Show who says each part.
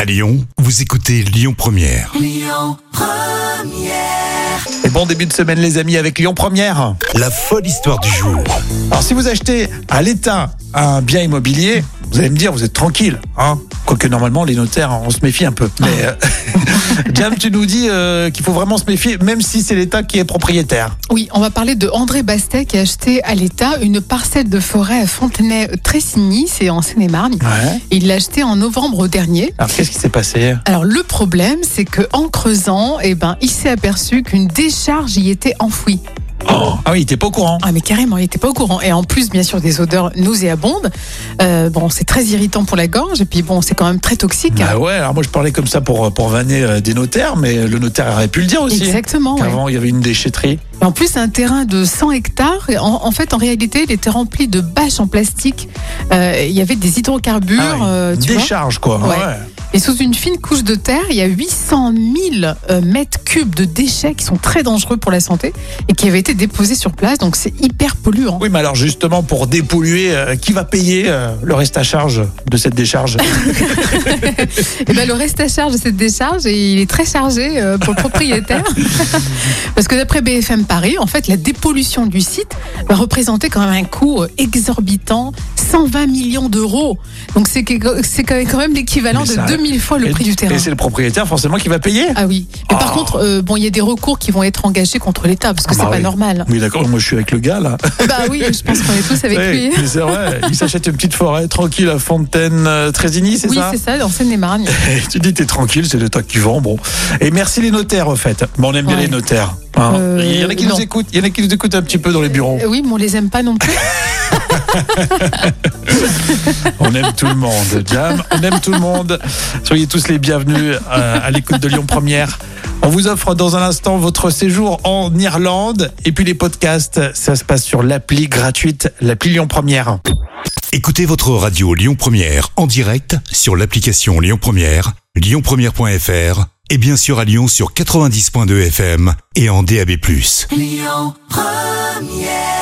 Speaker 1: À Lyon, vous écoutez Lyon Première.
Speaker 2: Et bon début de semaine les amis avec Lyon Première.
Speaker 1: La folle histoire du jour.
Speaker 2: Alors si vous achetez à l'État un bien immobilier, vous allez me dire vous êtes tranquille, hein Quoique normalement les notaires on se méfie un peu. Mais euh, Jam, tu nous dis euh, qu'il faut vraiment se méfier, même si c'est l'État qui est propriétaire.
Speaker 3: Oui, on va parler de André Bastet qui a acheté à l'État une parcelle de forêt à Fontenay-Tressigny, c'est en Seine-et-Marne.
Speaker 2: Ouais.
Speaker 3: Il l'a acheté en novembre dernier.
Speaker 2: Alors qu'est-ce qui s'est passé
Speaker 3: Alors le problème, c'est que en creusant, eh ben, il s'est aperçu qu'une décharge y était enfouie. Oh.
Speaker 2: Ah oui, t'es pas au courant.
Speaker 3: Ah mais carrément, il n'était pas au courant. Et en plus, bien sûr, des odeurs nauséabondes. Euh, bon, c'est très irritant pour la gorge et puis bon, c'est quand même très toxique.
Speaker 2: Bah ouais, alors moi je parlais comme ça pour, pour vanner euh, des notaires, mais le notaire aurait pu le dire aussi.
Speaker 3: Exactement. ouais.
Speaker 2: Avant, il y avait une déchetterie.
Speaker 3: En plus, c'est un terrain de 100 hectares. Et En, en fait, en réalité, il était rempli de bâches en plastique. Euh, il y avait des hydrocarbures.
Speaker 2: Ah oui,
Speaker 3: euh,
Speaker 2: une
Speaker 3: tu vois.
Speaker 2: décharge, quoi.
Speaker 3: Ouais. Et sous une fine couche de terre, il y a 800 000 euh, mètres cubes de déchets qui sont très dangereux pour la santé et qui avaient été déposés sur place. Donc, c'est hyper polluant.
Speaker 2: Oui, mais alors justement, pour dépolluer, euh, qui va payer euh, le reste à charge de cette décharge
Speaker 3: Et ben, le reste à charge de cette décharge, et il est très chargé euh, pour le propriétaire. Parce que d'après BFM Paris, en fait, la dépollution du site va représenter quand même un coût euh, exorbitant, 120 millions d'euros. Donc c'est que- c'est quand même- quand même l'équivalent
Speaker 2: Mais
Speaker 3: de
Speaker 2: ça-
Speaker 3: 2000 fois le
Speaker 2: Et-
Speaker 3: prix du terrain.
Speaker 2: Et c'est le propriétaire forcément qui va payer
Speaker 3: Ah oui. Mais par
Speaker 2: Oh.
Speaker 3: contre, euh, bon, il y a des recours qui vont être engagés contre l'État parce que
Speaker 2: Ah bah
Speaker 3: c'est pas
Speaker 2: oui.
Speaker 3: normal.
Speaker 2: Oui, d'accord, moi je suis avec le gars là.
Speaker 3: bah oui, je pense qu'on est tous avec
Speaker 2: Ouais,
Speaker 3: lui.
Speaker 2: mais c'est vrai, il s'achète une petite forêt tranquille à Fontaine euh, Trésigny, c'est
Speaker 3: Oui,
Speaker 2: ça
Speaker 3: c'est ça, dans Seine-et-Marne.
Speaker 2: Tu dis t'es tranquille, c'est l'État qui vend, bon. Et merci les notaires en fait. Bon, on aime bien
Speaker 3: Ouais.
Speaker 2: les notaires. hein.
Speaker 3: Euh,
Speaker 2: il y en a qui
Speaker 3: non.
Speaker 2: nous écoutent, il y en a qui nous écoutent un petit peu dans les bureaux.
Speaker 3: Euh, Oui, mais on les aime pas non plus.
Speaker 2: On aime tout le monde, Jam. On aime tout le monde. Soyez tous les bienvenus euh, à l'écoute de Lyon Première. On vous offre dans un instant votre séjour en Irlande et puis les podcasts. Ça se passe sur l'appli gratuite, l'appli Lyon Première.
Speaker 1: Écoutez votre radio Lyon Première en direct sur l'application Lyon Première, lyonpremière.fr et bien sûr à Lyon sur 90.2 FM et en DAB+.
Speaker 4: Lyon Première